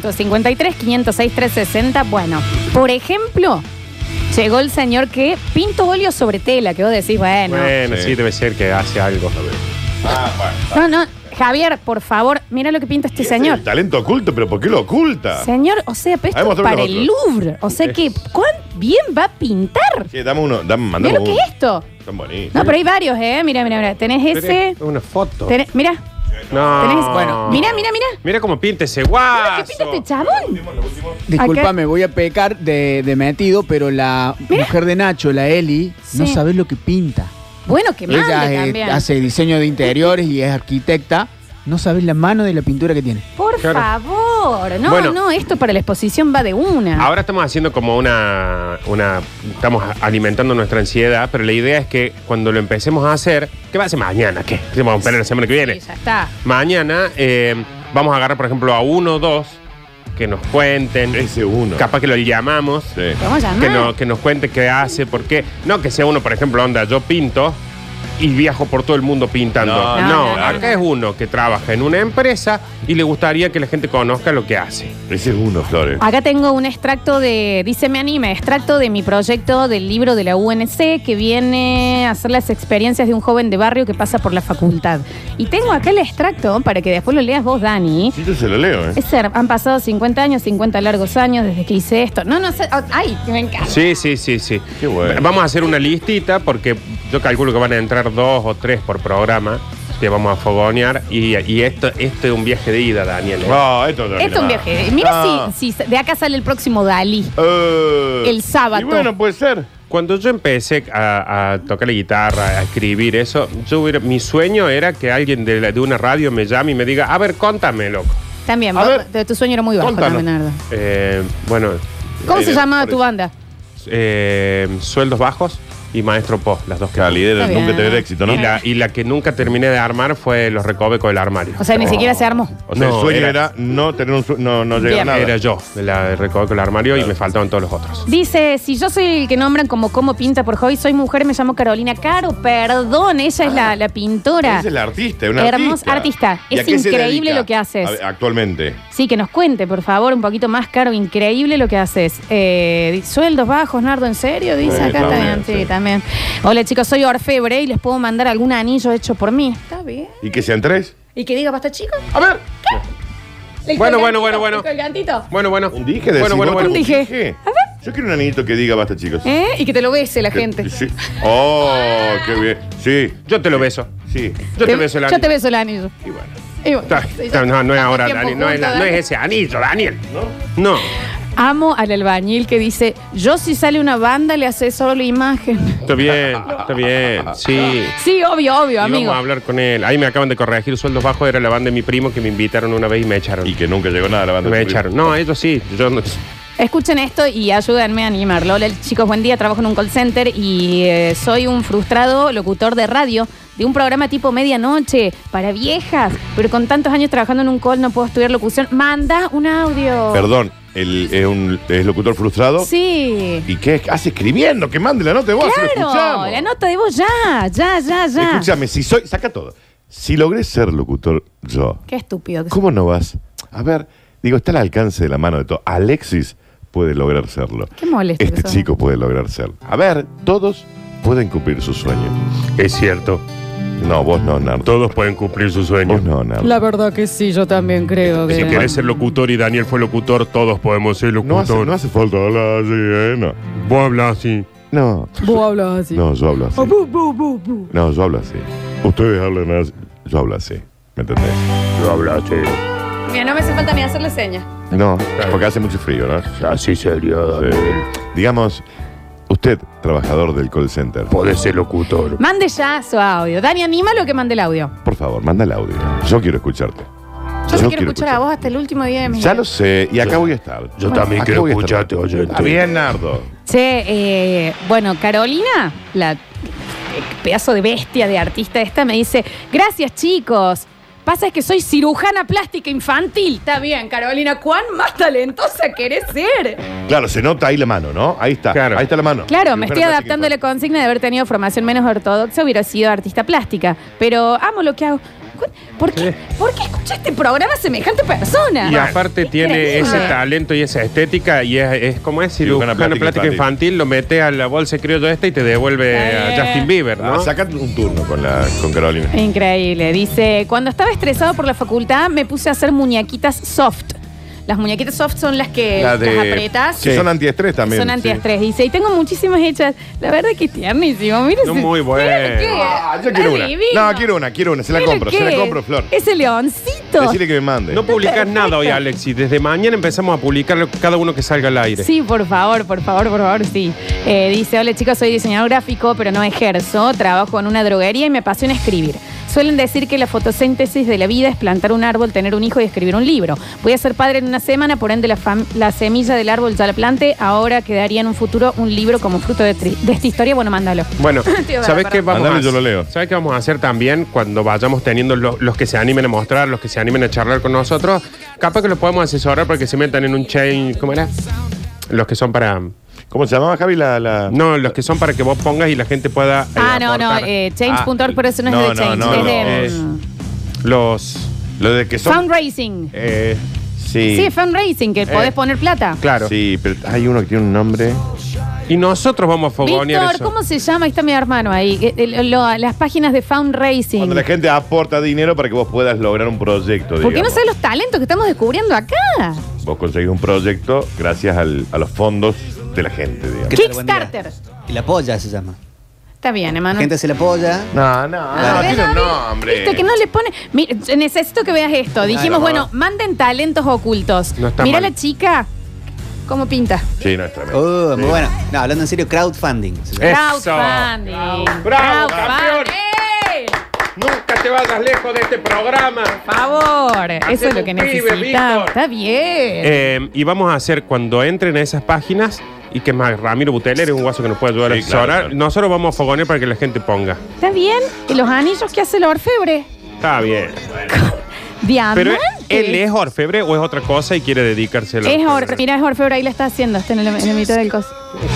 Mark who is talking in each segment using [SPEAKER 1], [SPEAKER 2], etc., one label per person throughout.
[SPEAKER 1] 153, 506, 360. Bueno, por ejemplo, llegó el señor que pintó óleo sobre tela, que vos decís, bueno.
[SPEAKER 2] Bueno,
[SPEAKER 3] Sí.
[SPEAKER 2] sí, debe ser que hace algo.
[SPEAKER 3] Ah,
[SPEAKER 1] No, no, Javier, por favor, mira lo que pinta este señor.
[SPEAKER 3] El talento oculto, pero ¿por qué lo oculta?
[SPEAKER 1] Señor, o sea, pero
[SPEAKER 3] Ahí
[SPEAKER 1] esto es
[SPEAKER 3] mostrame
[SPEAKER 1] para
[SPEAKER 3] los
[SPEAKER 1] el Louvre. O sea que, ¿cuán bien va a pintar?
[SPEAKER 3] Sí, dame uno, dame,
[SPEAKER 1] Mira
[SPEAKER 3] mandame
[SPEAKER 1] lo que
[SPEAKER 3] uno.
[SPEAKER 1] es esto.
[SPEAKER 3] Están bonitos.
[SPEAKER 1] No, pero hay varios, ¿eh? Mira, mira, mira. Tenés ese.
[SPEAKER 2] Es Una foto.
[SPEAKER 1] Tenés, mira,
[SPEAKER 2] No.
[SPEAKER 1] tenés. Bueno, mira, mira, mira.
[SPEAKER 2] Mira cómo pinta ese
[SPEAKER 1] ¿Qué
[SPEAKER 2] guaso.
[SPEAKER 1] pinta este chabón?
[SPEAKER 4] Disculpame, voy a pecar de, de metido, pero la mujer de Nacho, la Eli, no
[SPEAKER 1] Sí.
[SPEAKER 4] sabes lo que pinta.
[SPEAKER 1] Bueno, que mande
[SPEAKER 4] Ella eh,
[SPEAKER 1] también.
[SPEAKER 4] hace diseño de interiores y es arquitecta. No sabes la mano de la pintura que tiene.
[SPEAKER 1] Por
[SPEAKER 2] Claro.
[SPEAKER 1] favor. No,
[SPEAKER 2] Bueno.
[SPEAKER 1] no, esto para la exposición va de una.
[SPEAKER 2] Ahora estamos haciendo como una, una. Estamos alimentando nuestra ansiedad, pero la idea es que cuando lo empecemos a hacer, ¿qué va a hacer mañana? ¿Qué? ¿Qué vamos a esperar la semana que viene?
[SPEAKER 1] Sí, ya está.
[SPEAKER 2] Mañana eh, vamos a agarrar, por ejemplo, a uno o dos que nos cuenten.
[SPEAKER 3] Ese uno.
[SPEAKER 2] Capaz que lo llamamos.
[SPEAKER 3] Sí.
[SPEAKER 1] ¿Cómo
[SPEAKER 2] Que,
[SPEAKER 1] llamar?
[SPEAKER 2] no- que nos cuente qué hace, por qué. No que sea uno, por ejemplo, onda, yo pinto y viajo por todo el mundo pintando.
[SPEAKER 3] No,
[SPEAKER 2] No,
[SPEAKER 1] no, no, no.
[SPEAKER 2] acá es uno que trabaja en una empresa y le gustaría que la gente conozca lo que hace.
[SPEAKER 3] Ese es uno, Flores.
[SPEAKER 1] Acá tengo un extracto de, dice me anime, extracto de mi proyecto del libro de la UNC que viene a hacer las experiencias de un joven de barrio que pasa por la facultad. Y tengo acá el extracto para que después lo leas vos, Dani.
[SPEAKER 3] Sí, yo se lo leo, ¿eh?
[SPEAKER 1] Es ser, han pasado 50 años, 50 largos años desde que hice esto. No, no sé, ah, ay, que me encanta.
[SPEAKER 2] Sí, sí, sí, sí.
[SPEAKER 3] Qué bueno.
[SPEAKER 2] Vamos a hacer una listita porque yo calculo que van a entrar dos o tres por programa que vamos a fogonear y, y esto, esto es un viaje de ida, Daniel. ¿eh?
[SPEAKER 3] No, esto no Ah.
[SPEAKER 1] Esto es un viaje. Mira si, si de acá sale el próximo Dalí. el sábado.
[SPEAKER 3] Eh, Y bueno, puede ser.
[SPEAKER 2] Cuando yo empecé a, a tocar la guitarra, a escribir eso, yo hubiera- mi sueño era que alguien de, la- de una radio me llame y me diga, a ver, contame, loco.
[SPEAKER 1] También,
[SPEAKER 3] A
[SPEAKER 1] vos-
[SPEAKER 3] ver,
[SPEAKER 1] tu- tu sueño era muy bajo,
[SPEAKER 3] contanos.
[SPEAKER 1] también, Nardo.
[SPEAKER 2] Eh, bueno,
[SPEAKER 1] ¿Cómo
[SPEAKER 3] Ahí
[SPEAKER 1] se
[SPEAKER 3] de-
[SPEAKER 1] llamaba
[SPEAKER 3] por
[SPEAKER 1] tu
[SPEAKER 3] eso.
[SPEAKER 1] banda?
[SPEAKER 2] eh, sueldos bajos y maestro post, las dos que
[SPEAKER 3] Calidera,
[SPEAKER 1] Está bien.
[SPEAKER 3] nunca tener éxito, ¿no?
[SPEAKER 2] y la, y la que nunca terminé de armar fue los recovecos del armario.
[SPEAKER 1] O sea, ni siquiera se armó.
[SPEAKER 3] O sea,
[SPEAKER 2] No,
[SPEAKER 3] el sueño era,
[SPEAKER 2] era-
[SPEAKER 3] no tener un su- no, no llegar
[SPEAKER 1] Bien.
[SPEAKER 3] a nada.
[SPEAKER 2] Era yo, la del recoveco del armario y me faltaban todos los otros.
[SPEAKER 1] Dice, si yo soy el que nombran como como pinta por hobby, soy mujer, me llamo Carolina Caro, perdón, ella es
[SPEAKER 2] Ah.
[SPEAKER 1] la, la pintora.
[SPEAKER 3] Esa es la artista, es una
[SPEAKER 1] Hermosa artista.
[SPEAKER 3] ¿Y a
[SPEAKER 1] Es
[SPEAKER 3] qué se
[SPEAKER 1] increíble
[SPEAKER 3] dedica?
[SPEAKER 1] lo que haces.
[SPEAKER 3] A ver, actualmente.
[SPEAKER 1] Sí, que nos cuente, por favor, un poquito más, Caro, increíble lo que haces. Eh, di- sueldos bajos, Nardo, ¿en serio? Dice
[SPEAKER 3] Sí,
[SPEAKER 1] acá
[SPEAKER 3] también,
[SPEAKER 1] también, sí,
[SPEAKER 3] sí.
[SPEAKER 1] también. Hola chicos, soy orfebre y les puedo mandar algún anillo hecho por mí. Está bien.
[SPEAKER 3] ¿Y que sean tres?
[SPEAKER 1] Y que diga, basta chicos.
[SPEAKER 3] A ver.
[SPEAKER 1] El
[SPEAKER 2] Bueno,
[SPEAKER 1] colgantito,
[SPEAKER 2] bueno, bueno, bueno.
[SPEAKER 1] el colgantito.
[SPEAKER 2] Bueno, bueno.
[SPEAKER 3] Un dije de
[SPEAKER 2] Bueno, bueno, bueno.
[SPEAKER 1] Un dije.
[SPEAKER 3] A ver. Yo quiero un anillito que diga basta, chicos.
[SPEAKER 1] ¿Eh? Y que te lo bese la gente.
[SPEAKER 3] Que- Sí. Oh, qué bien. Sí,
[SPEAKER 2] Yo te lo beso.
[SPEAKER 3] sí.
[SPEAKER 2] Yo te, beso el
[SPEAKER 1] yo
[SPEAKER 2] anillo.
[SPEAKER 1] te beso el anillo.
[SPEAKER 3] Y bueno.
[SPEAKER 1] Y bueno,
[SPEAKER 2] Ta-
[SPEAKER 1] sí, ya-
[SPEAKER 2] ta- no, no es
[SPEAKER 1] tanto
[SPEAKER 2] ahora,
[SPEAKER 1] tiempo
[SPEAKER 2] Dani. No es, la-
[SPEAKER 1] juntos,
[SPEAKER 2] no es
[SPEAKER 1] Dani.
[SPEAKER 2] ese anillo, Daniel. No.
[SPEAKER 1] Amo al albañil que dice, yo si sale una banda le hace solo la imagen.
[SPEAKER 2] Está bien, está bien. Sí.
[SPEAKER 1] Sí, obvio, obvio,
[SPEAKER 2] Y
[SPEAKER 1] amigo.
[SPEAKER 2] vamos a hablar con él. Ahí me acaban de corregir sueldos bajos. Era la banda de mi primo que me invitaron una vez y me echaron.
[SPEAKER 3] Y que nunca llegó nada a la banda.
[SPEAKER 2] me echaron. No, eh. ellos sí. Yo no-
[SPEAKER 1] Escuchen esto y ayúdenme a animarlo. Hola chicos, buen día. Trabajo en un call center y eh, soy un frustrado locutor de radio de un programa tipo medianoche para viejas. Pero con tantos años trabajando en un call no puedo estudiar locución. Manda un audio.
[SPEAKER 3] Oh. Perdón, el, es un es locutor frustrado.
[SPEAKER 1] Sí.
[SPEAKER 3] ¿Y qué hace escribiendo? Que mande la nota de voz. si lo
[SPEAKER 1] Claro,
[SPEAKER 3] escuchamos.
[SPEAKER 1] la nota de voz ya, ya, ya, ya.
[SPEAKER 3] Escúchame, si soy. Saca todo. Si logré ser locutor yo,
[SPEAKER 1] Qué estúpido. que
[SPEAKER 3] ¿cómo no vas? A ver, digo, está al alcance de la mano de todo. Alexis puede lograr serlo.
[SPEAKER 1] Qué molesto que
[SPEAKER 3] Este
[SPEAKER 1] sos.
[SPEAKER 3] chico puede lograr serlo. A ver, todos pueden cumplir su sueño.
[SPEAKER 2] Es cierto.
[SPEAKER 3] No, vos no, Nardo.
[SPEAKER 2] Todos pueden cumplir su sueño.
[SPEAKER 3] Vos no, Nardo.
[SPEAKER 1] La verdad que sí, yo también creo que.
[SPEAKER 2] Si querés ser locutor y Daniel fue locutor, todos podemos ser
[SPEAKER 3] No
[SPEAKER 2] locutor.
[SPEAKER 3] hace, no hace falta hablar así, ¿eh? No.
[SPEAKER 2] Vos hablás así.
[SPEAKER 3] No,
[SPEAKER 1] Vos hablas así.
[SPEAKER 3] no, yo hablo así.
[SPEAKER 1] Oh, bu, bu, bu, bu.
[SPEAKER 3] No, yo hablo así. Ustedes hablan así. Yo hablo así. ¿Me entendés?
[SPEAKER 2] Yo hablo así.
[SPEAKER 1] Mira, no me hace falta ni hacerle señas.
[SPEAKER 3] No, porque hace mucho frío, ¿no?
[SPEAKER 2] Así eh, serio,
[SPEAKER 3] Sí. Digamos, usted, trabajador del call center,
[SPEAKER 2] Podés ser locutor.
[SPEAKER 1] Mande ya su audio. Dani, anímalo que mande el audio.
[SPEAKER 3] por favor, manda el audio. Yo quiero escucharte.
[SPEAKER 1] Yo, te quiero escuchar a vos hasta el último día de mi
[SPEAKER 3] Ya lo sé, y acá voy a estar.
[SPEAKER 5] Yo también
[SPEAKER 3] Acá
[SPEAKER 5] quiero
[SPEAKER 3] voy a estar.
[SPEAKER 5] escucharte, oyente.
[SPEAKER 3] Está bien, Nardo.
[SPEAKER 1] Che, eh, bueno, Carolina, la eh, pedazo de bestia de artista esta, me dice, gracias chicos. Pasa es que soy cirujana plástica infantil. Está bien, Carolina, ¿cuán más talentosa querés ser?
[SPEAKER 3] Claro, se nota ahí la mano, ¿no? Ahí está.
[SPEAKER 2] Claro.
[SPEAKER 3] Ahí está la mano.
[SPEAKER 1] Claro, me
[SPEAKER 3] Cirujana
[SPEAKER 1] estoy adaptando a la
[SPEAKER 3] plástica
[SPEAKER 1] consigna de haber tenido formación menos ortodoxa, hubiera sido artista plástica. Pero amo lo que hago. cu- ¿Por qué, ¿Por qué escucha este programa semejante persona? Ah.
[SPEAKER 2] Y aparte tiene
[SPEAKER 1] Increíble.
[SPEAKER 2] ese talento y esa estética y es, es como es
[SPEAKER 3] Cirujana
[SPEAKER 2] cirujana
[SPEAKER 3] plástica
[SPEAKER 2] plástica,
[SPEAKER 3] infantil.
[SPEAKER 2] infantil, lo metes a la bolsa criolla esta y te devuelve
[SPEAKER 1] Está
[SPEAKER 2] a
[SPEAKER 1] bien.
[SPEAKER 2] Justin Bieber, ¿no?
[SPEAKER 3] Ah, sacate un turno con, la, con Carolina.
[SPEAKER 1] Increíble. Dice, cuando estaba estresado por la facultad me puse a hacer muñequitas soft. Las muñequitas soft son las que
[SPEAKER 3] La
[SPEAKER 1] las apretas.
[SPEAKER 3] Sí, son antiestrés
[SPEAKER 1] Eh,
[SPEAKER 3] también.
[SPEAKER 1] Son
[SPEAKER 3] sí.
[SPEAKER 1] antiestrés, dice. Y tengo muchísimas hechas. La verdad que es tiernísimo. Mira
[SPEAKER 2] No,
[SPEAKER 1] ese-
[SPEAKER 2] muy bueno.
[SPEAKER 1] mira qué-
[SPEAKER 3] Ah, yo quiero
[SPEAKER 1] es
[SPEAKER 3] una.
[SPEAKER 1] divino.
[SPEAKER 3] No, quiero una, quiero una. Se la
[SPEAKER 1] Mira
[SPEAKER 3] compro, se la
[SPEAKER 1] qué-
[SPEAKER 3] compro, Flor.
[SPEAKER 1] Ese leoncito.
[SPEAKER 3] Decirle que me mande.
[SPEAKER 2] No publicas nada hoy, Alexis. Desde mañana empezamos a publicar cada uno que salga al aire.
[SPEAKER 1] Sí, por favor, por favor, por favor, sí. Eh, dice, hola chicos, soy diseñador gráfico, pero no ejerzo. Trabajo en una droguería y me apasiona escribir. Suelen decir que la fotosíntesis de la vida es plantar un árbol, tener un hijo y escribir un libro. Voy a ser padre en una semana, por ende la, fam- la semilla del árbol ya la plante. Ahora quedaría en un futuro un libro como fruto de, tri- de esta historia. Bueno, mándalo.
[SPEAKER 2] Bueno,
[SPEAKER 1] Tío,
[SPEAKER 2] ¿sabes
[SPEAKER 1] para,
[SPEAKER 2] qué
[SPEAKER 1] para.
[SPEAKER 2] vamos a
[SPEAKER 3] Mándame,
[SPEAKER 2] hacer?
[SPEAKER 3] yo lo leo.
[SPEAKER 2] ¿Sabes qué vamos a hacer también cuando vayamos teniendo los, los que se animen a mostrar, los que se animen a charlar con nosotros? Capaz que los podemos asesorar para que se metan en un chain, ¿cómo era? Los que son para
[SPEAKER 3] ¿Cómo se llamaba, Javi? La, la...
[SPEAKER 2] no, los que son para que vos pongas y la gente pueda eh,
[SPEAKER 1] Ah, no, no,
[SPEAKER 2] aportar.
[SPEAKER 1] eh, change.org,
[SPEAKER 3] Ah,
[SPEAKER 1] pero eso no,
[SPEAKER 3] no,
[SPEAKER 1] es de
[SPEAKER 3] no,
[SPEAKER 1] Change,
[SPEAKER 3] no,
[SPEAKER 1] es de
[SPEAKER 2] no.
[SPEAKER 1] mm,
[SPEAKER 2] los
[SPEAKER 3] Lo de que son...
[SPEAKER 1] fundraising.
[SPEAKER 3] Eh, sí. Eh,
[SPEAKER 1] Sí, fundraising, que podés poner plata.
[SPEAKER 2] claro.
[SPEAKER 3] Sí, pero hay uno que tiene un nombre.
[SPEAKER 2] Y nosotros vamos a fogonear
[SPEAKER 1] Víctor,
[SPEAKER 2] eso.
[SPEAKER 1] ¿cómo se llama? Ahí está mi hermano ahí. Eh, eh, lo- las páginas de fundraising.
[SPEAKER 3] Cuando la gente aporta dinero para que vos puedas lograr un proyecto,
[SPEAKER 1] ¿Por qué no
[SPEAKER 3] digamos.
[SPEAKER 1] sabes los talentos que estamos descubriendo acá?
[SPEAKER 3] Vos conseguís un proyecto gracias al- a los fondos de la gente, digamos.
[SPEAKER 1] ¿Qué? Kickstarter.
[SPEAKER 5] Y la polla se llama.
[SPEAKER 1] Está bien,
[SPEAKER 5] La
[SPEAKER 1] hermano.
[SPEAKER 5] gente se la polla.
[SPEAKER 3] No, no,
[SPEAKER 1] A
[SPEAKER 3] no,
[SPEAKER 1] ver,
[SPEAKER 3] tiene un
[SPEAKER 1] Javi,
[SPEAKER 3] nombre.
[SPEAKER 1] viste que no le pone. Mira, necesito que veas esto. Dijimos,
[SPEAKER 3] no,
[SPEAKER 1] bueno,
[SPEAKER 3] no.
[SPEAKER 1] manden talentos ocultos.
[SPEAKER 2] No está
[SPEAKER 1] Mira
[SPEAKER 2] mal.
[SPEAKER 1] la chica. ¿Cómo pinta?
[SPEAKER 3] Sí, no es tremendo.
[SPEAKER 5] Oh, muy
[SPEAKER 3] Sí.
[SPEAKER 5] bueno. No, hablando en serio, crowdfunding. se llama.
[SPEAKER 2] Eso.
[SPEAKER 1] Crowdfunding.
[SPEAKER 2] Bravo, campeón.
[SPEAKER 1] ¡Eh!
[SPEAKER 2] Nunca te vayas lejos de este programa.
[SPEAKER 1] Por favor. Eso es lo
[SPEAKER 2] un
[SPEAKER 1] que
[SPEAKER 2] pibe,
[SPEAKER 1] necesitamos.
[SPEAKER 2] Víctor.
[SPEAKER 1] Está bien.
[SPEAKER 2] Eh, y vamos a hacer cuando entren a esas páginas y que es más Ramiro Buteler es un guaso que nos puede ayudar a
[SPEAKER 3] Sí, claro,
[SPEAKER 2] asesorar.
[SPEAKER 3] claro.
[SPEAKER 2] Nosotros vamos a fogonear para que la gente ponga.
[SPEAKER 1] Está bien. ¿Y los anillos que hace el orfebre?
[SPEAKER 2] Está bien.
[SPEAKER 1] Diamante.
[SPEAKER 2] Pero él es orfebre o es otra cosa y quiere dedicarse a la
[SPEAKER 1] Es Orfe- mira, es Orfebre, ahí lo está haciendo, está en la, en la mitad del coso.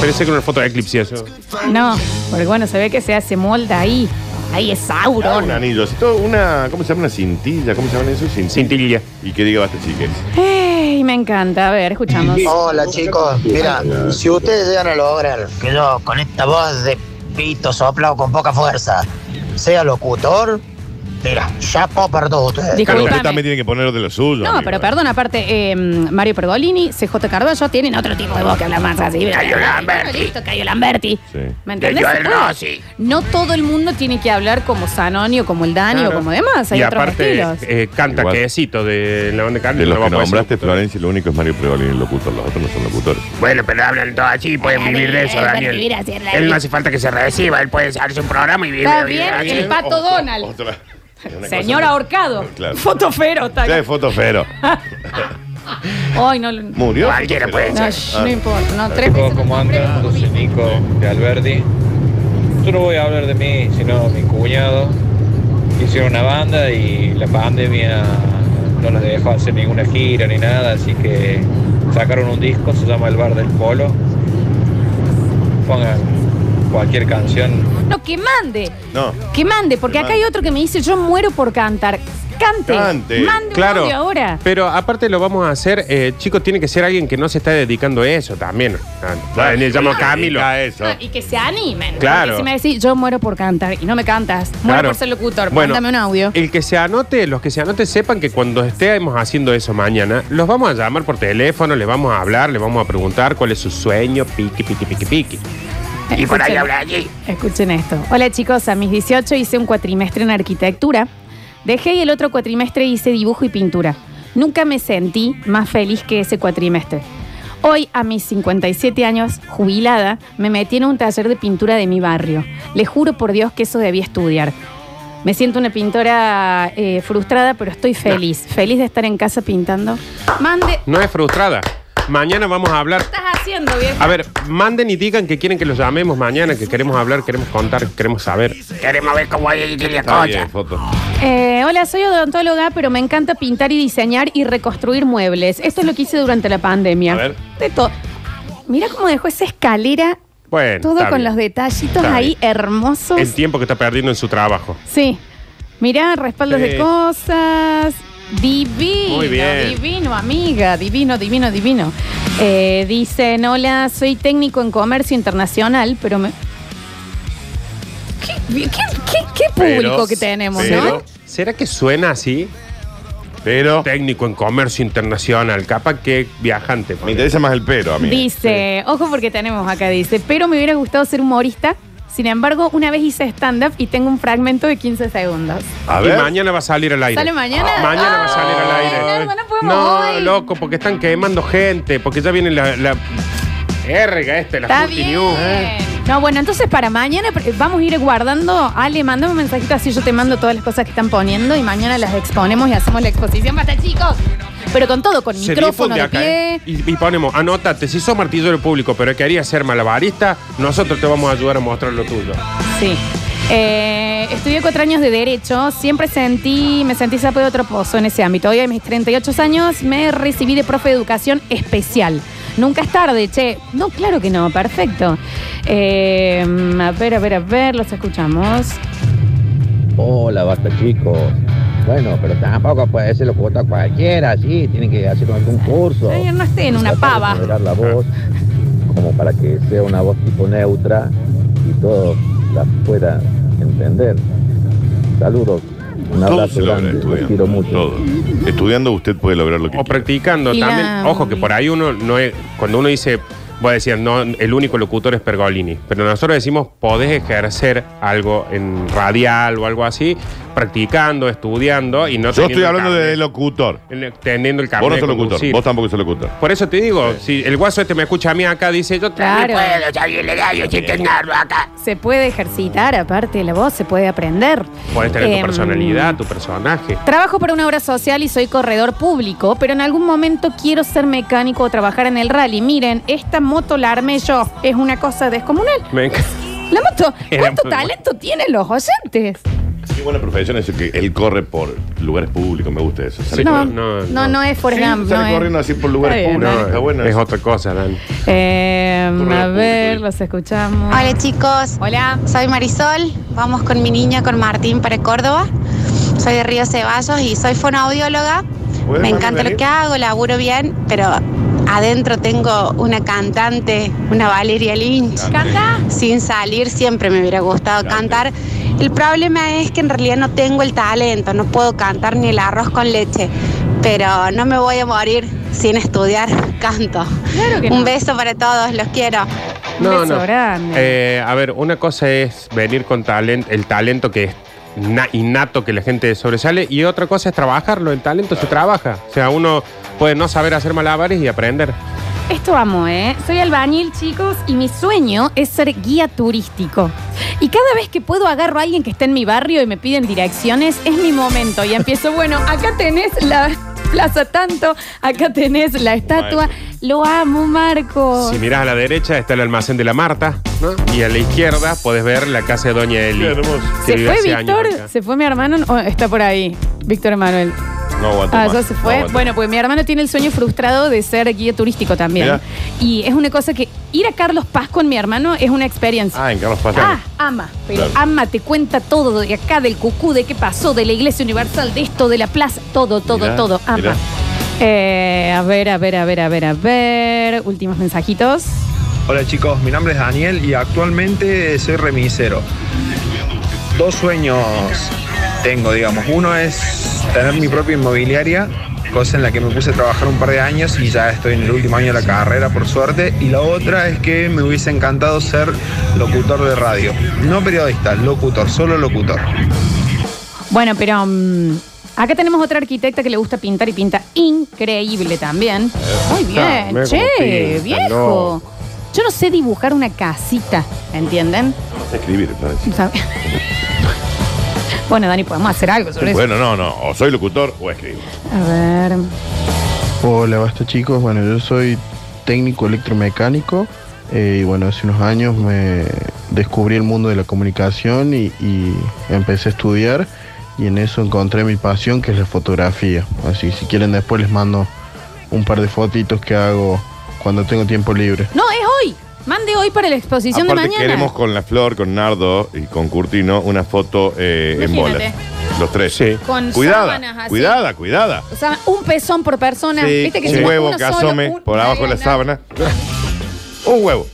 [SPEAKER 2] Parece que una foto de Eclipse eso.
[SPEAKER 1] No, porque bueno, se ve que se hace molda ahí. Ahí es
[SPEAKER 3] Ah, un
[SPEAKER 1] Sauron.
[SPEAKER 3] anillo, así todo una, ¿cómo se llama? Una cintilla, ¿cómo se llama eso? Cintilla.
[SPEAKER 2] Cintilla.
[SPEAKER 3] Y que diga basta, chiques.
[SPEAKER 1] Ey, me encanta. A ver, escuchamos.
[SPEAKER 3] Oh,
[SPEAKER 6] Hola chicos, mira, si ustedes llegan a lograr que yo con esta voz de pito soplado con poca fuerza sea locutor, mira, chapo para todos ustedes.
[SPEAKER 1] Dijo-
[SPEAKER 3] Pero
[SPEAKER 1] Discúlpame.
[SPEAKER 3] usted también tiene que poner de lo suyo.
[SPEAKER 1] No,
[SPEAKER 3] amigo,
[SPEAKER 1] pero
[SPEAKER 3] ¿eh?
[SPEAKER 1] perdón, aparte, eh, Mario Pergolini, CJ Carballo tienen otro tipo de voz que habla más así. Cayo Lamberti. Listo, Cayo Lamberti.
[SPEAKER 3] Sí.
[SPEAKER 1] ¿Me entendés? Se puede. No todo el mundo tiene que hablar como Zanoni o como el Dani o
[SPEAKER 2] Claro.
[SPEAKER 1] como demás. Hay
[SPEAKER 2] y
[SPEAKER 1] otros
[SPEAKER 2] aparte,
[SPEAKER 1] estilos.
[SPEAKER 2] eh, canta
[SPEAKER 3] Igual.
[SPEAKER 2] quesito de la banda de carne.
[SPEAKER 3] De los
[SPEAKER 2] no va
[SPEAKER 3] que
[SPEAKER 2] a poder ser
[SPEAKER 3] nombraste,
[SPEAKER 2] locutor.
[SPEAKER 3] Florencia, lo único es Mario Fregoli, el locutor. Los otros no son locutores.
[SPEAKER 7] Bueno, pero hablan todo así, pueden vivir de eso, Daniel. Él no hace falta que se reciba, él puede hacerse un programa y vivir
[SPEAKER 1] Está
[SPEAKER 7] vivir
[SPEAKER 1] bien,
[SPEAKER 7] así.
[SPEAKER 1] el pato
[SPEAKER 3] Otra-
[SPEAKER 1] Donald.
[SPEAKER 3] otra- es una
[SPEAKER 1] Señor
[SPEAKER 3] cosa-
[SPEAKER 1] ahorcado.
[SPEAKER 3] Claro.
[SPEAKER 1] Fotofero. está-
[SPEAKER 3] Sí, fotofero.
[SPEAKER 1] Ay, no. No,
[SPEAKER 3] Murió.
[SPEAKER 7] Cualquiera puede
[SPEAKER 1] no,
[SPEAKER 7] ser.
[SPEAKER 1] shh,
[SPEAKER 3] Ah.
[SPEAKER 1] no importa. No, tres veces.
[SPEAKER 8] ¿Cómo andan? Yo soy Nico de Alberti. Yo no voy a hablar de mí, sino de mi cuñado. Hicieron una banda y la pandemia no los dejó hacer ninguna gira ni nada, así que sacaron un disco, se llama El Bar del Polo. Pongan cualquier canción
[SPEAKER 1] No, que mande.
[SPEAKER 3] No.
[SPEAKER 1] Que mande, porque
[SPEAKER 3] Que
[SPEAKER 1] acá
[SPEAKER 3] mande.
[SPEAKER 1] hay otro que me dice, yo muero por cantar. Cante.
[SPEAKER 3] Cante.
[SPEAKER 1] Mande un
[SPEAKER 2] Claro.
[SPEAKER 1] audio ahora.
[SPEAKER 2] Pero aparte lo vamos a hacer, eh, chicos, tiene que ser alguien que no se está dedicando a eso también. Ah,
[SPEAKER 3] Claro,
[SPEAKER 2] le llamo Camilo.
[SPEAKER 3] A eso.
[SPEAKER 1] Ah, y que se animen.
[SPEAKER 2] Claro.
[SPEAKER 1] Porque Si me decís, yo muero por cantar y no me cantas, muero
[SPEAKER 2] Claro.
[SPEAKER 1] por ser locutor,
[SPEAKER 2] Bueno,
[SPEAKER 1] mándame un audio.
[SPEAKER 2] El que se anote, los que se anote sepan que cuando estemos haciendo eso mañana, los vamos a llamar por teléfono, les vamos a hablar, les vamos a preguntar cuál es su sueño, piqui, piqui, piqui, piqui.
[SPEAKER 7] Y por ahí
[SPEAKER 1] Escuchen.
[SPEAKER 7] habla allí.
[SPEAKER 1] Escuchen esto. Hola chicos, a mis 18 hice un cuatrimestre en arquitectura. Dejé y el otro cuatrimestre hice dibujo y pintura. Nunca me sentí más feliz que ese cuatrimestre. Hoy, a mis 57 años, jubilada, me metí en un taller de pintura de mi barrio. Les juro por Dios que eso debía estudiar. Me siento una pintora eh, frustrada, pero estoy feliz. Feliz de estar en casa pintando. Mande.
[SPEAKER 2] No es frustrada. Mañana vamos a hablar.
[SPEAKER 1] ¿Qué estás haciendo, viejo?
[SPEAKER 2] A ver, manden y digan que quieren que los llamemos mañana, que queremos hablar, queremos contar, queremos saber.
[SPEAKER 7] Queremos ver cómo hay allí la
[SPEAKER 3] Está
[SPEAKER 7] cosa.
[SPEAKER 3] bien, foto.
[SPEAKER 1] Eh, hola, soy odontóloga, pero me encanta pintar y diseñar y reconstruir muebles. Esto es lo que hice durante la pandemia.
[SPEAKER 3] A ver.
[SPEAKER 1] De todo. Mira cómo dejó esa escalera,
[SPEAKER 2] Bueno.
[SPEAKER 1] todo
[SPEAKER 2] está
[SPEAKER 1] con
[SPEAKER 2] bien.
[SPEAKER 1] los detallitos
[SPEAKER 2] Está
[SPEAKER 1] ahí
[SPEAKER 2] bien.
[SPEAKER 1] hermosos.
[SPEAKER 2] El tiempo que está perdiendo en su trabajo.
[SPEAKER 1] Sí. Mirá, respaldos
[SPEAKER 2] Sí.
[SPEAKER 1] de cosas. Divino,
[SPEAKER 2] Muy bien.
[SPEAKER 1] divino, amiga, divino, divino, divino. Eh, dicen, hola, soy técnico en comercio internacional, pero me... ¿Qué, qué- qué- qué público
[SPEAKER 3] Pero-
[SPEAKER 1] que tenemos,
[SPEAKER 2] Pero,
[SPEAKER 1] no?
[SPEAKER 2] ¿Será que suena así?
[SPEAKER 3] Pero
[SPEAKER 2] Técnico en comercio internacional, capaz que viajante.
[SPEAKER 3] me interesa más el pero a mí.
[SPEAKER 1] Dice, ojo porque tenemos acá, dice, pero me hubiera gustado ser humorista. Sin embargo, una vez hice stand-up y tengo un fragmento de 15 segundos.
[SPEAKER 3] A
[SPEAKER 2] Y
[SPEAKER 3] ver.
[SPEAKER 2] mañana va a salir al aire. Ah,
[SPEAKER 1] ¿Sale mañana?
[SPEAKER 2] mañana va a salir al
[SPEAKER 1] Ay,
[SPEAKER 2] aire.
[SPEAKER 1] Nardo, no podemos hoy.
[SPEAKER 2] loco, porque están quemando gente, porque ya viene la... la... Erga este, la
[SPEAKER 1] Está
[SPEAKER 2] Fruity
[SPEAKER 1] bien.
[SPEAKER 2] News. Eh.
[SPEAKER 1] No, bueno, entonces para mañana eh, vamos a ir guardando. Ale, mándame un mensajito así, yo te mando todas las cosas que están poniendo y mañana las exponemos y hacemos la exposición para chicos. Pero con todo, con
[SPEAKER 2] Se
[SPEAKER 1] micrófono
[SPEAKER 2] difunde
[SPEAKER 1] de
[SPEAKER 2] acá,
[SPEAKER 1] pie.
[SPEAKER 2] ¿eh? y, y ponemos, anótate, si sos martillero público, pero querías ser malabarista, nosotros te vamos a ayudar a mostrar lo tuyo.
[SPEAKER 1] Sí. Eh, estudié cuatro años de Derecho, siempre sentí, me sentí sapo de otro pozo en ese ámbito. Hoy a mis 38 años me recibí de profe de educación especial. Nunca es tarde, che. No, claro que no, perfecto. Eh, a ver, a ver, a ver, los escuchamos.
[SPEAKER 9] Hola, basta chicos. Bueno, pero tampoco puede ser locutor cualquiera, sí, tienen que hacer algún curso.
[SPEAKER 1] Ay, no esté en una
[SPEAKER 9] Tratar de
[SPEAKER 1] pava.
[SPEAKER 9] moderar la voz, como para que sea una voz tipo neutra y todos la puedan entender. Saludos, un
[SPEAKER 3] Todo se
[SPEAKER 9] abrazo
[SPEAKER 3] logra
[SPEAKER 9] grande, los
[SPEAKER 3] estudiando.
[SPEAKER 9] quiero mucho.
[SPEAKER 3] Todo. Estudiando usted puede lograr lo que
[SPEAKER 2] O
[SPEAKER 3] quiera.
[SPEAKER 2] practicando
[SPEAKER 1] Y la-
[SPEAKER 2] también. Ojo, que por ahí uno no es. Cuando uno dice, voy a decir, no, el único locutor es Pergolini. Pero nosotros decimos, podés ejercer algo en radial o algo así, practicando, estudiando y no
[SPEAKER 3] Yo estoy
[SPEAKER 2] teniendo el
[SPEAKER 3] hablando de
[SPEAKER 2] carnet-
[SPEAKER 3] locutor.
[SPEAKER 2] el- Teniendo el
[SPEAKER 3] Vos no
[SPEAKER 2] carnet
[SPEAKER 3] sos
[SPEAKER 2] de
[SPEAKER 3] locutor,
[SPEAKER 2] conducir.
[SPEAKER 3] vos tampoco sos locutor.
[SPEAKER 2] Por eso te digo, si el guaso este me escucha a mí acá, dice, yo también
[SPEAKER 1] Claro.
[SPEAKER 7] Puedo salir del gallo sin tenerlo acá.
[SPEAKER 1] Se puede ejercitar, aparte de la voz, se puede aprender.
[SPEAKER 2] Puedes tener
[SPEAKER 1] Em,
[SPEAKER 2] tu personalidad, tu personaje.
[SPEAKER 1] Trabajo para una obra social y soy corredor público, pero en algún momento quiero ser mecánico o trabajar en el rally. Miren, esta moto la armé yo. Es una cosa descomunal.
[SPEAKER 2] Me encanta.
[SPEAKER 1] La moto,
[SPEAKER 2] Era
[SPEAKER 1] ¿cuánto
[SPEAKER 2] muy
[SPEAKER 1] talento tienen los oyentes?
[SPEAKER 3] Qué buena profesión eso que él corre por lugares públicos, me gusta eso. Sale
[SPEAKER 1] No,
[SPEAKER 3] corriendo.
[SPEAKER 1] no,
[SPEAKER 2] no,
[SPEAKER 1] no,
[SPEAKER 2] no.
[SPEAKER 1] es Forrest
[SPEAKER 3] Sí,
[SPEAKER 1] Gump,
[SPEAKER 3] sale
[SPEAKER 1] no
[SPEAKER 3] corriendo
[SPEAKER 1] es.
[SPEAKER 3] así por lugares
[SPEAKER 1] Está bien,
[SPEAKER 3] públicos.
[SPEAKER 1] ¿no?
[SPEAKER 3] Está bueno
[SPEAKER 2] es
[SPEAKER 3] eso.
[SPEAKER 2] otra cosa, Dan.
[SPEAKER 1] Em, a
[SPEAKER 3] Corredor
[SPEAKER 1] ver,
[SPEAKER 3] público.
[SPEAKER 1] los escuchamos.
[SPEAKER 10] Hola chicos,
[SPEAKER 1] Hola.
[SPEAKER 10] soy Marisol, vamos con mi niña, con Martín para Córdoba. Soy de Río Ceballos y soy fonoaudióloga.
[SPEAKER 3] ¿Puedes, mami,
[SPEAKER 10] Me encanta
[SPEAKER 3] venir?
[SPEAKER 10] lo que hago, laburo bien, pero adentro tengo una cantante, una Valeria Lynch.
[SPEAKER 1] ¿Canta?
[SPEAKER 10] Sin salir siempre me hubiera gustado
[SPEAKER 3] Cante.
[SPEAKER 10] cantar. El problema es que en realidad no tengo el talento, no puedo cantar ni el arroz con leche, pero no me voy a morir sin estudiar canto.
[SPEAKER 1] Claro que
[SPEAKER 10] Un
[SPEAKER 1] no.
[SPEAKER 10] beso para todos, los quiero.
[SPEAKER 1] Un beso grande.
[SPEAKER 2] Eh, a ver, una cosa es venir con talento, el talento que es na- innato que la gente sobresale y otra cosa es trabajarlo, el talento se trabaja. O sea, uno puede no saber hacer malabares y aprender.
[SPEAKER 1] Esto amo, ¿eh? Soy albañil, chicos, y mi sueño es ser guía turístico. Y cada vez que puedo agarro a alguien que está en mi barrio y me piden direcciones, es mi momento. Y empiezo, bueno, acá tenés la plaza tanto, acá tenés la estatua. Lo amo, Marco.
[SPEAKER 2] Si miras a la derecha está el almacén de la Marta ¿no? y a la izquierda podés ver la casa de Doña Eli.
[SPEAKER 3] Qué hermoso.
[SPEAKER 2] que
[SPEAKER 1] ¿Se
[SPEAKER 2] vivió
[SPEAKER 1] fue
[SPEAKER 2] hace años
[SPEAKER 1] Víctor?
[SPEAKER 2] acá.
[SPEAKER 1] ¿Se fue mi hermano? Oh, está por ahí. Víctor Emanuel.
[SPEAKER 3] No aguanto
[SPEAKER 1] Ah,
[SPEAKER 3] más,
[SPEAKER 1] ya se
[SPEAKER 3] no
[SPEAKER 1] fue.
[SPEAKER 3] aguanto.
[SPEAKER 1] bueno, pues mi hermano tiene el sueño frustrado de ser guía turístico también.
[SPEAKER 3] Mirá.
[SPEAKER 1] Y es una cosa que ir a Carlos Paz con mi hermano es una experiencia.
[SPEAKER 3] Ah, en Carlos Paz.
[SPEAKER 1] Ah, ama, pero
[SPEAKER 3] Claro.
[SPEAKER 1] ama, te cuenta todo de acá, del cucú, de qué pasó, de la iglesia universal, de esto, de la plaza, todo, todo,
[SPEAKER 3] Mirá,
[SPEAKER 1] todo, ama.
[SPEAKER 3] mirá.
[SPEAKER 1] Eh, a ver, a ver, a ver, a ver, a ver. Últimos mensajitos.
[SPEAKER 11] Hola chicos, mi nombre es Daniel y actualmente soy remisero. Dos sueños tengo, digamos. Uno es tener mi propia inmobiliaria, cosa en la que me puse a trabajar un par de años y ya estoy en el último año de la carrera, por suerte. Y la otra es que me hubiese encantado ser locutor de radio. No periodista, locutor, solo locutor.
[SPEAKER 1] Bueno, pero mm, acá tenemos otra arquitecta que le gusta pintar y pinta increíble también. Muy
[SPEAKER 2] está,
[SPEAKER 1] bien,
[SPEAKER 2] mira cómo
[SPEAKER 1] che,
[SPEAKER 2] pinta,
[SPEAKER 1] viejo. Yo no sé dibujar una casita, ¿entienden?
[SPEAKER 3] Escribir, Florencia.
[SPEAKER 1] O sea- bueno, Dani, podemos hacer algo sobre eso.
[SPEAKER 3] Bueno, no, no. O soy locutor o escribo.
[SPEAKER 1] A ver.
[SPEAKER 12] Hola, basta chicos. Bueno, yo soy técnico electromecánico eh, y bueno, hace unos años me descubrí el mundo de la comunicación y, y empecé a estudiar y en eso encontré mi pasión que es la fotografía. Así, si quieren después les mando un par de fotitos que hago cuando tengo tiempo libre.
[SPEAKER 1] No, es hoy. Mande hoy para la exposición
[SPEAKER 3] Aparte
[SPEAKER 1] de mañana.
[SPEAKER 3] queremos con la Flor, con Nardo y con Curtino una foto eh, en
[SPEAKER 1] Imagínate.
[SPEAKER 3] bolas. Los tres.
[SPEAKER 1] Con
[SPEAKER 3] cuidada,
[SPEAKER 1] sábanas así.
[SPEAKER 3] cuidada, cuidada.
[SPEAKER 1] O sea, un pezón por persona.
[SPEAKER 3] Sí,
[SPEAKER 1] Viste que
[SPEAKER 3] un
[SPEAKER 1] si
[SPEAKER 3] huevo
[SPEAKER 1] uno
[SPEAKER 3] que
[SPEAKER 1] solo,
[SPEAKER 3] asome
[SPEAKER 1] un-
[SPEAKER 3] por abajo de la sábana. un huevo.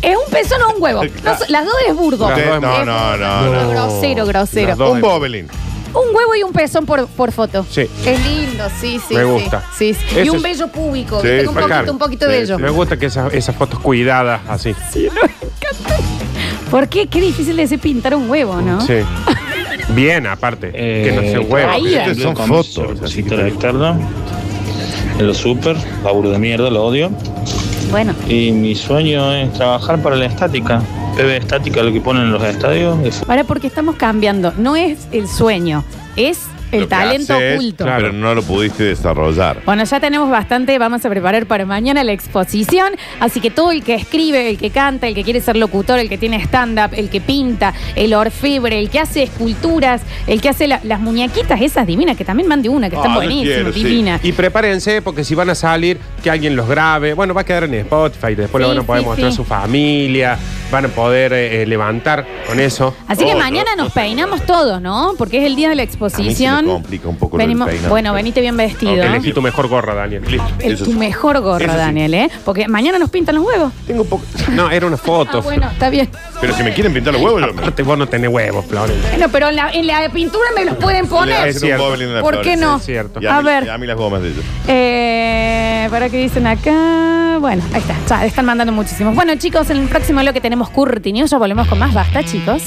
[SPEAKER 1] Es un pezón o un huevo. No, so- las dos es burdo.
[SPEAKER 3] Usted-
[SPEAKER 1] Es
[SPEAKER 3] no, no, no, no.
[SPEAKER 1] Grosero, grosero.
[SPEAKER 3] Las dos Un bobelín.
[SPEAKER 1] Un huevo y un pezón por, por foto.
[SPEAKER 2] Sí.
[SPEAKER 1] Es lindo, sí, sí.
[SPEAKER 2] Me
[SPEAKER 1] sí.
[SPEAKER 2] gusta.
[SPEAKER 1] Sí, sí. Y
[SPEAKER 2] Eso
[SPEAKER 1] un
[SPEAKER 2] es-
[SPEAKER 1] bello púbico.
[SPEAKER 2] Sí,
[SPEAKER 1] ¿viste? un,
[SPEAKER 2] claro.
[SPEAKER 1] poquito, un poquito
[SPEAKER 2] Sí,
[SPEAKER 1] bello.
[SPEAKER 2] sí. Me gusta que esas, esas fotos cuidadas así.
[SPEAKER 1] ¿Por qué? Qué difícil de hacer pintar un huevo, ¿no?
[SPEAKER 2] Sí. Bien, aparte. que
[SPEAKER 11] Eh,
[SPEAKER 2] no se hueva.
[SPEAKER 1] Caída.
[SPEAKER 2] Estos Eh, son
[SPEAKER 13] Con
[SPEAKER 2] fotos.
[SPEAKER 13] sobrecito de externo. En los super, laburo de mierda, lo odio.
[SPEAKER 1] Bueno.
[SPEAKER 13] Y mi sueño es trabajar para la estática. PB estática, lo que ponen en los estadios. de fútbol.
[SPEAKER 1] Ahora, porque estamos cambiando. No es el sueño, es el
[SPEAKER 3] Lo que
[SPEAKER 1] talento
[SPEAKER 3] haces,
[SPEAKER 1] oculto.
[SPEAKER 3] Pero no lo pudiste desarrollar.
[SPEAKER 1] Bueno, ya tenemos bastante, vamos a preparar para mañana la exposición, así que todo el que escribe, el que canta, el que quiere ser locutor, el que tiene stand-up, el que pinta, el orfebre, el que hace esculturas, el que hace la- las muñequitas esas divinas, que también mande una, que están
[SPEAKER 3] Ah,
[SPEAKER 1] buenísimas, divinas.
[SPEAKER 2] Y prepárense porque si van a salir, que alguien los grabe. Bueno, va a quedar en Spotify. Después lo
[SPEAKER 1] Sí,
[SPEAKER 2] van a poder
[SPEAKER 1] sí,
[SPEAKER 2] mostrar
[SPEAKER 1] sí.
[SPEAKER 2] a su familia. Van a poder eh, eh, levantar con eso.
[SPEAKER 1] Así que mañana nos peinamos todos, ¿no? Porque es el día de la exposición.
[SPEAKER 3] complica un poco lo del
[SPEAKER 1] Venimos-
[SPEAKER 3] peinado.
[SPEAKER 1] bueno, venite bien vestido.
[SPEAKER 2] Ok, Elegí tu mejor gorra, Daniel.
[SPEAKER 1] Ah, El- tu mejor gorra, Daniel, ¿eh? Porque mañana nos pintan los huevos.
[SPEAKER 3] Tengo poco.
[SPEAKER 2] No, era una foto.
[SPEAKER 1] Ah, bueno, está bien.
[SPEAKER 3] Pero si me quieren pintar los huevos, yo me-
[SPEAKER 2] Aparte, vos no tenés huevos, Florencia.
[SPEAKER 1] Bueno, pero en la, en la pintura me los pueden poner.
[SPEAKER 2] Es cierto.
[SPEAKER 1] ¿Por qué no?
[SPEAKER 3] cierto.
[SPEAKER 1] A ver.
[SPEAKER 3] A mí las gomas de ellos.
[SPEAKER 1] Eh, ¿Para qué dicen acá? Bueno, ahí está. Ya, están mandando muchísimos. Bueno, chicos, en el próximo bloque tenemos Curti News. Ya volvemos con más. Basta, chicos.